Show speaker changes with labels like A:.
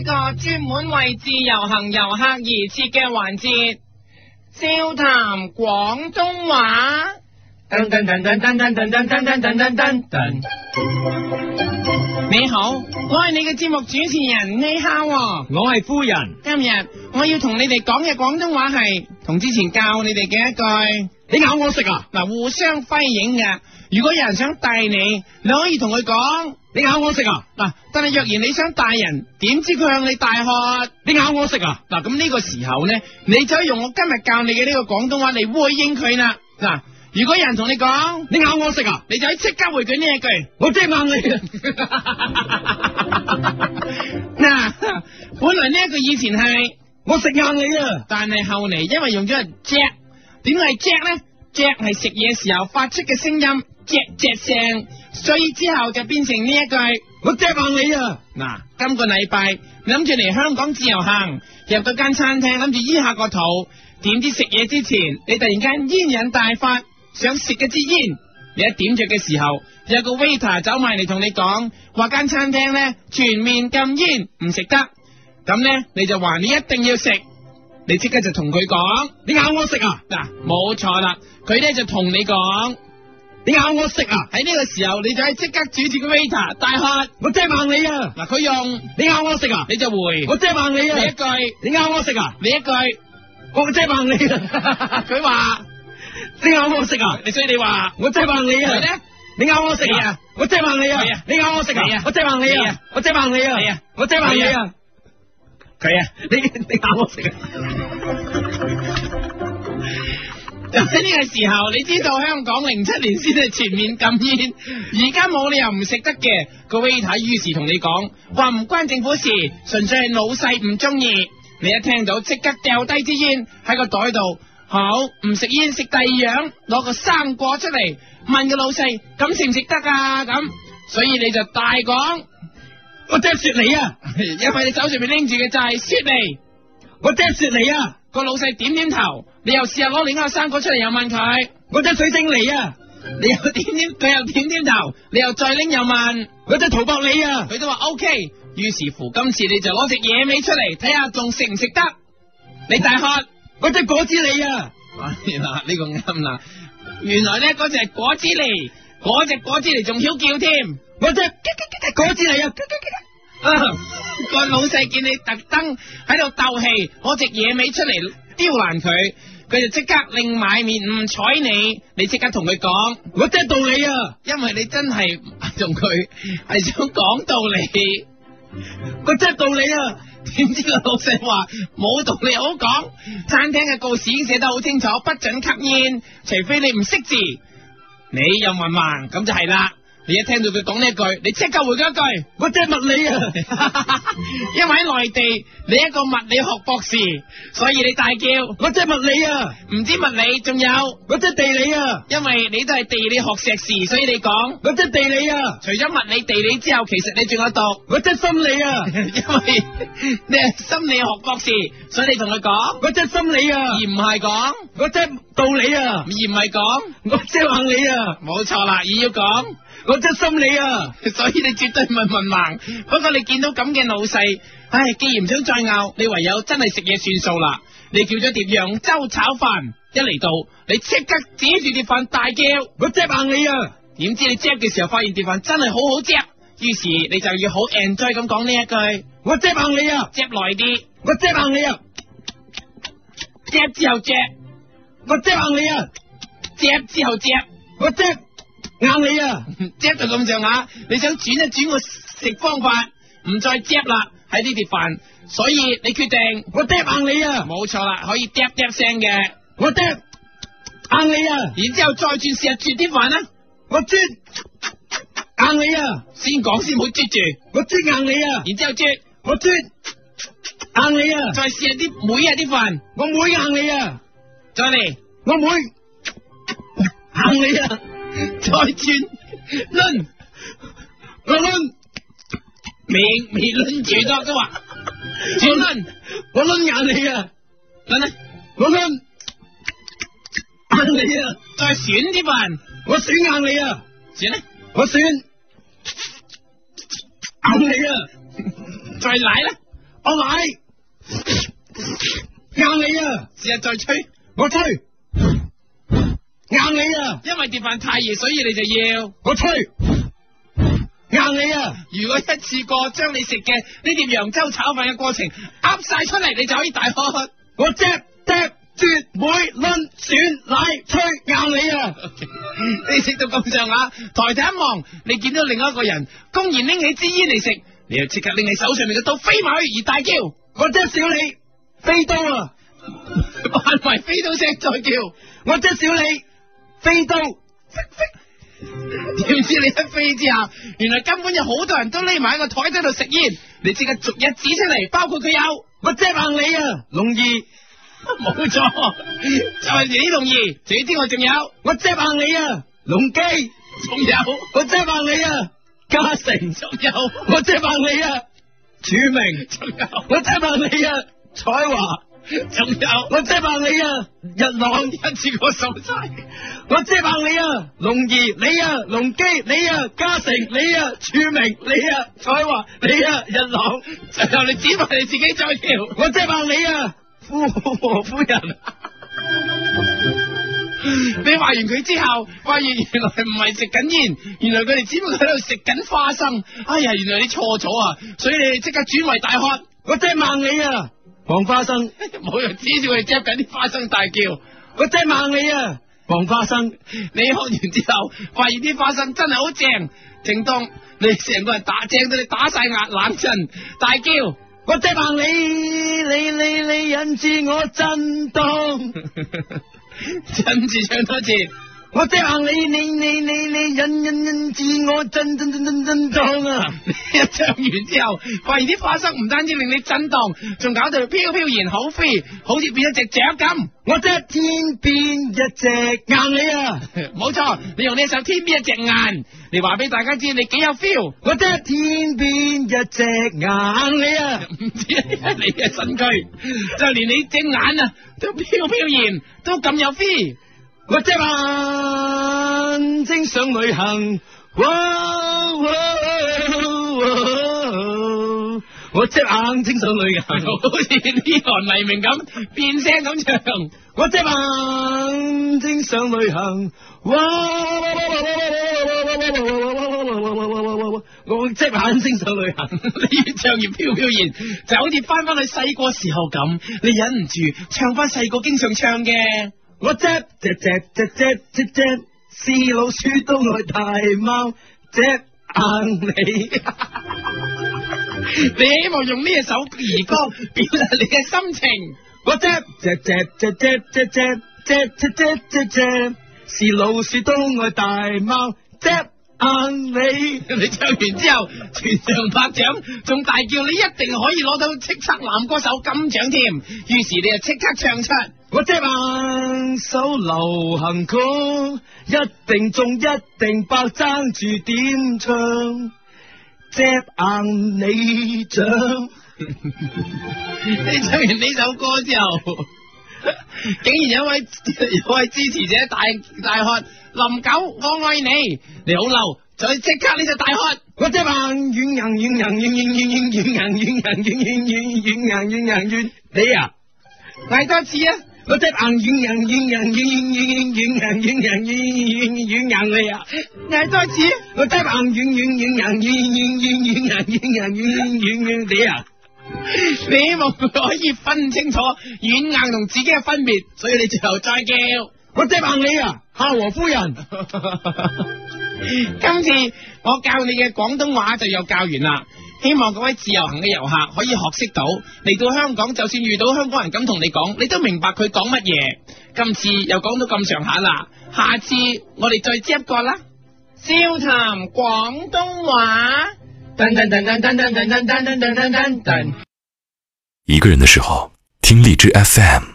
A: 個專門為自由行遊客而設嘅環節，笑談廣東話。
B: 噔噔噔噔噔噔噔噔噔噔噔噔噔
A: 你好，我係你嘅節目主持人呢哈喎。
B: 我係夫人，
A: 今日我要同你哋講嘅廣東話係同之前教你哋嘅一句，
B: 你咬我食啊！
A: 嗱互相輝映嘅。如果有人想帶你，你可以同佢講
B: 你咬我食啊！
A: 嗱，但係若然你想帶人，點知佢向你大喝？
B: 你咬我食啊！
A: 嗱，咁呢個時候呢，你就可以用我今日教你嘅呢個廣東話嚟回應佢啦。嗱，如果有人同你講，
B: 你咬我食啊！
A: 你就可以即刻回佢呢一句。
B: 我即硬你！啊
A: 嗱， 本來呢一句以前係，
B: 我食硬你啊！
A: 但係後嚟因為用咗 jack，點解係 jack 呢 jack 係食嘢時候發出嘅聲音，jack jack 聲，所以之後就變成呢一句。
B: 我即硬你啊！
A: 嗱，今個禮拜你諗住嚟香港自由行，入到間餐廳諗住醫下個肚，點知食嘢之前你突然間煙癮大發，想食一支煙。你一點着嘅時候，有個 waiter 走埋嚟同你講，話間餐廳呢全面禁煙，唔食得。咁呢，你就話你一定要食，你即刻就同佢講，
B: 你咬我食啊！
A: 嗱，冇錯啦，佢呢就同你講。
B: 你咬我食啊！
A: 喺呢個時候，你就可以即刻指住個 waiter 大喝，
B: 我即硬你啊！
A: 嗱佢用，
B: 你咬我食啊！
A: 你就回。
B: 我即硬你
A: 你一
B: 啊！
A: 句，
B: 你咬我食啊！
A: 你一句，
B: 我即硬你 啊！
A: 佢話
B: 你咬我食啊！
A: 你所以你話
B: 我即硬你
A: 佢
B: 啊！
A: 咧，
B: 你咬我食
A: 你
B: 啊
A: 啊！
B: 我即硬你
A: 你
B: 啊
A: 啊！
B: 你咬我食
A: 你
B: 啊
A: 啊！
B: 我即硬你
A: 你
B: 啊
A: 啊！
B: 我即硬你
A: 你
B: 啊
A: 啊！
B: 我即硬你
A: 你
B: 啊！佢啊！你你咬我食啊！
A: 喺呢個時候你知道香港零七年先係全面禁煙，而家冇理由唔食得嘅。個 waiter 於是同你講話唔關政府事，純粹係老細唔中意。你一聽到即刻掉低支煙喺個袋度，好唔食煙食第二樣，攞個生果出嚟問個老細咁食唔食得啊咁，所以你就大講，
B: 我即雪你啊！
A: 因為你手上面拎住嘅就係雪梨。
B: 我即雪你啊！
A: 個老細點點頭，你又試下攞另一個生果出嚟，又問佢，
B: 我即水晶你啊！
A: 你又點點，佢又點點頭，你又再拎又問，
B: 我即陶博你啊！
A: 佢都話 O K。於是乎，今次你就攞隻野味出嚟，睇下仲食唔食得。你大喝，
B: 我即果子你啊！
A: 嗱呢個啱啦。原來呢嗰隻係果子狸，嗰隻果子狸仲曉叫添。
B: 我即果子你啊！
A: 啊 個老細見你特登喺度鬥氣，攞隻野味出嚟刁難佢，佢就即刻另買面唔睬你。你即刻同佢講。
B: 我即道你啊！
A: 因為你真係同佢係想講道理，
B: 我即道你啊！
A: 點知個老細話冇道理好講。餐廳嘅告示已經寫得好清楚，不准吸煙，除非你唔識字。你又文盲咁就係啦。你一聽到佢講呢一句，你即刻回佢一句，
B: 我即物你啊！
A: 因為喺內地你一個物理學博士，所以你大叫
B: 我即物你啊！
A: 唔知物理，仲有
B: 我即地理啊！
A: 因為你都係地理學碩士，所以你講
B: 我即地理啊！
A: 除咗物理、地理之後，其實你仲有讀。
B: 我即心理啊！
A: 因為你係心理學博士，所以你同佢講，
B: 我即心理啊
A: 而！唔係講，
B: 我即道理啊
A: 而！唔係講，
B: 我即硬你啊！
A: 冇錯啦，而要講，
B: 我即心理啊！
A: 所以你絕對唔係文盲。不過你見到咁嘅老細，唉，既然唔想再拗，你唯有真係食嘢算數啦。你叫咗碟揚州炒飯，一嚟到你即刻指住碟飯大叫，
B: 我即硬你啊！
A: 點知你嚼嘅時候發現碟飯真係好好嚼，於是你就要好 enjoy 咁講呢一句，
B: 我即硬你啊！
A: 嚼耐啲，
B: 我即硬你啊！
A: 嚼之後嚼，
B: 我即硬你啊！
A: 嚼之 後嚼。
B: 我即硬你啊！
A: 嚼到咁上下，你想轉一轉個食方法，唔再嚼啦喺呢碟飯，所以你決定
B: 我即硬你啊！
A: 冇錯啦，可以嗒嗒聲嘅，
B: 我即硬你啊！
A: 然之後再轉試下啜啲飯啦，
B: 我即硬你啊！
A: 先講先唔好啜住，
B: 我即硬你啊！
A: 然之後啜，
B: 我即硬你啊！
A: 再試下啲每日啲飯，
B: 我妹硬你啊！
A: 再嚟
B: 我妹硬你啊！
A: 再轉掄，
B: 我抡
A: 未未掄住多都話，轉掄
B: 我抡硬你啊！
A: 掄啦，
B: 我抡硬你啊！
A: 再選啲飯，
B: 我選硬你啊！
A: 選啦，
B: 我選硬你啊！
A: 再奶啦，
B: 我奶硬你啊！
A: 日日再吹，
B: 我吹硬你啊！
A: 因為碟飯太熱，所以你就要。
B: 我吹硬你啊！
A: 如果一次過將你食嘅呢碟揚州炒飯嘅過程噏晒出嚟，你就可以大喝。
B: 我隻隻絕妹抡選奶吹硬你啊！
A: 你食到咁上下，抬頭一望，你見到另外一個人公然拎起支煙嚟食，你又即刻拎起手上面嘅刀飛埋去而大叫，
B: 我隻小李飛刀啊！
A: 扮埋飛到聲再叫，
B: 我隻小李飛刀，
A: 點知你一飛之下，原來根本有好多人都匿埋喺個台底度食煙，你即刻逐一指出嚟，包括佢有。
B: 我隻硬你啊！龍二，
A: 冇錯，就係你同意。除此之外，仲有，
B: 我隻硬你啊！龍基，
A: 仲有，
B: 我隻硬你啊！嘉誠，
A: 仲有，
B: 我隻硬你啊！柱明，
A: 仲有，
B: 我隻硬你啊！彩華，
A: 仲有，
B: 我隻硬你啊！日朗，
A: 一次過數晒。
B: 我隻硬你啊！龍二，你啊！龍基，你啊！嘉誠，你啊！柱明，你啊！彩華，你啊！日朗，
A: 最後你指埋你自己再跳。
B: 我隻硬你啊！夫和夫人。
A: 你話完佢之後，發現原來唔係食緊煙，原來佢哋只不過喺度食緊花生。哎呀，原來你錯咗啊！所以你哋即刻轉為大喝，
B: 我真系盲你啊，黃花生！
A: 冇人指住佢哋嚼緊啲花生大叫。
B: 我真系盲你啊，黃花生！
A: 你學完之後，發現啲花生真係好正。正當你成個人打正到你打晒壓冷震，大叫。
B: 我真系盲你，你你你引致我震動。
A: 跟住唱多次，
B: 我真系盲你，你你你你引引引致我震震震震震動啊！
A: 一唱完之後，發現啲花生唔單止令你震盪，仲搞到你飄飄然好飛，好似變咗隻雀咁。
B: 我真系天邊一隻硬你啊！
A: 冇錯，你用呢首《天邊一隻眼》嚟話俾大家知你幾有 feel。
B: 我真系天邊一隻硬你啊！
A: 唔止係你嘅身軀，就連你隻眼啊都飄飄然，都咁有 feel。
B: 我隻眼睛想旅行，哇哇哇我隻眼睛想旅
A: 好
B: 行，
A: 似呢行黎明咁變聲咁唱，
B: 我隻眼睛想旅行，哇我隻眼睛想旅行，
A: 你越唱越飄飄然，就好似翻返去細個時候咁，你忍唔住唱翻細個經常唱嘅。
B: 我隻隻隻隻隻隻隻是老鼠都愛大貓，隻硬你。
A: 你希望用呢一首兒歌表達你嘅心情。
B: 我只只只只只只只只只只只只，是老鼠都愛大貓，只硬你。
A: 你唱完之後，全場拍掌，仲大叫你一定可以攞到叱咤男歌手金獎添。於是你就即刻唱出，
B: 我只硬手流行曲，一定中一定爆，爭住點唱，只硬你獎。
A: 你唱完呢首歌之後， 竟然有一位 有一位支持者大大喝林九我愛你，你好嬲，就即刻你就大喝。
B: 我只硬軟硬軟硬軟軟軟軟硬軟硬軟軟軟硬軟硬軟，你啊！
A: 嗌多次啊！
B: 我只硬軟硬軟硬軟軟軟硬軟硬軟軟硬你啊！
A: 嗌多次啊，
B: 我得硬軟軟軟硬軟軟軟軟硬軟軟軟軟地啊！
A: 你希望佢可以分清楚軟硬同自己嘅分別，所以你最後再叫。
B: 我得硬你啊，夏和夫人。
A: 今次我教你嘅廣東話就又教完啦，希望各位自由行嘅遊客可以學識到，嚟到香港就算遇到香港人咁同你講，你都明白佢講乜嘢。今次又講到咁上下啦，下次我哋再接一個啦。笑談廣東話。
C: 噔噔噔噔噔噔噔噔噔噔噔噔噔。
D: 一个人的时候，听荔枝 FM。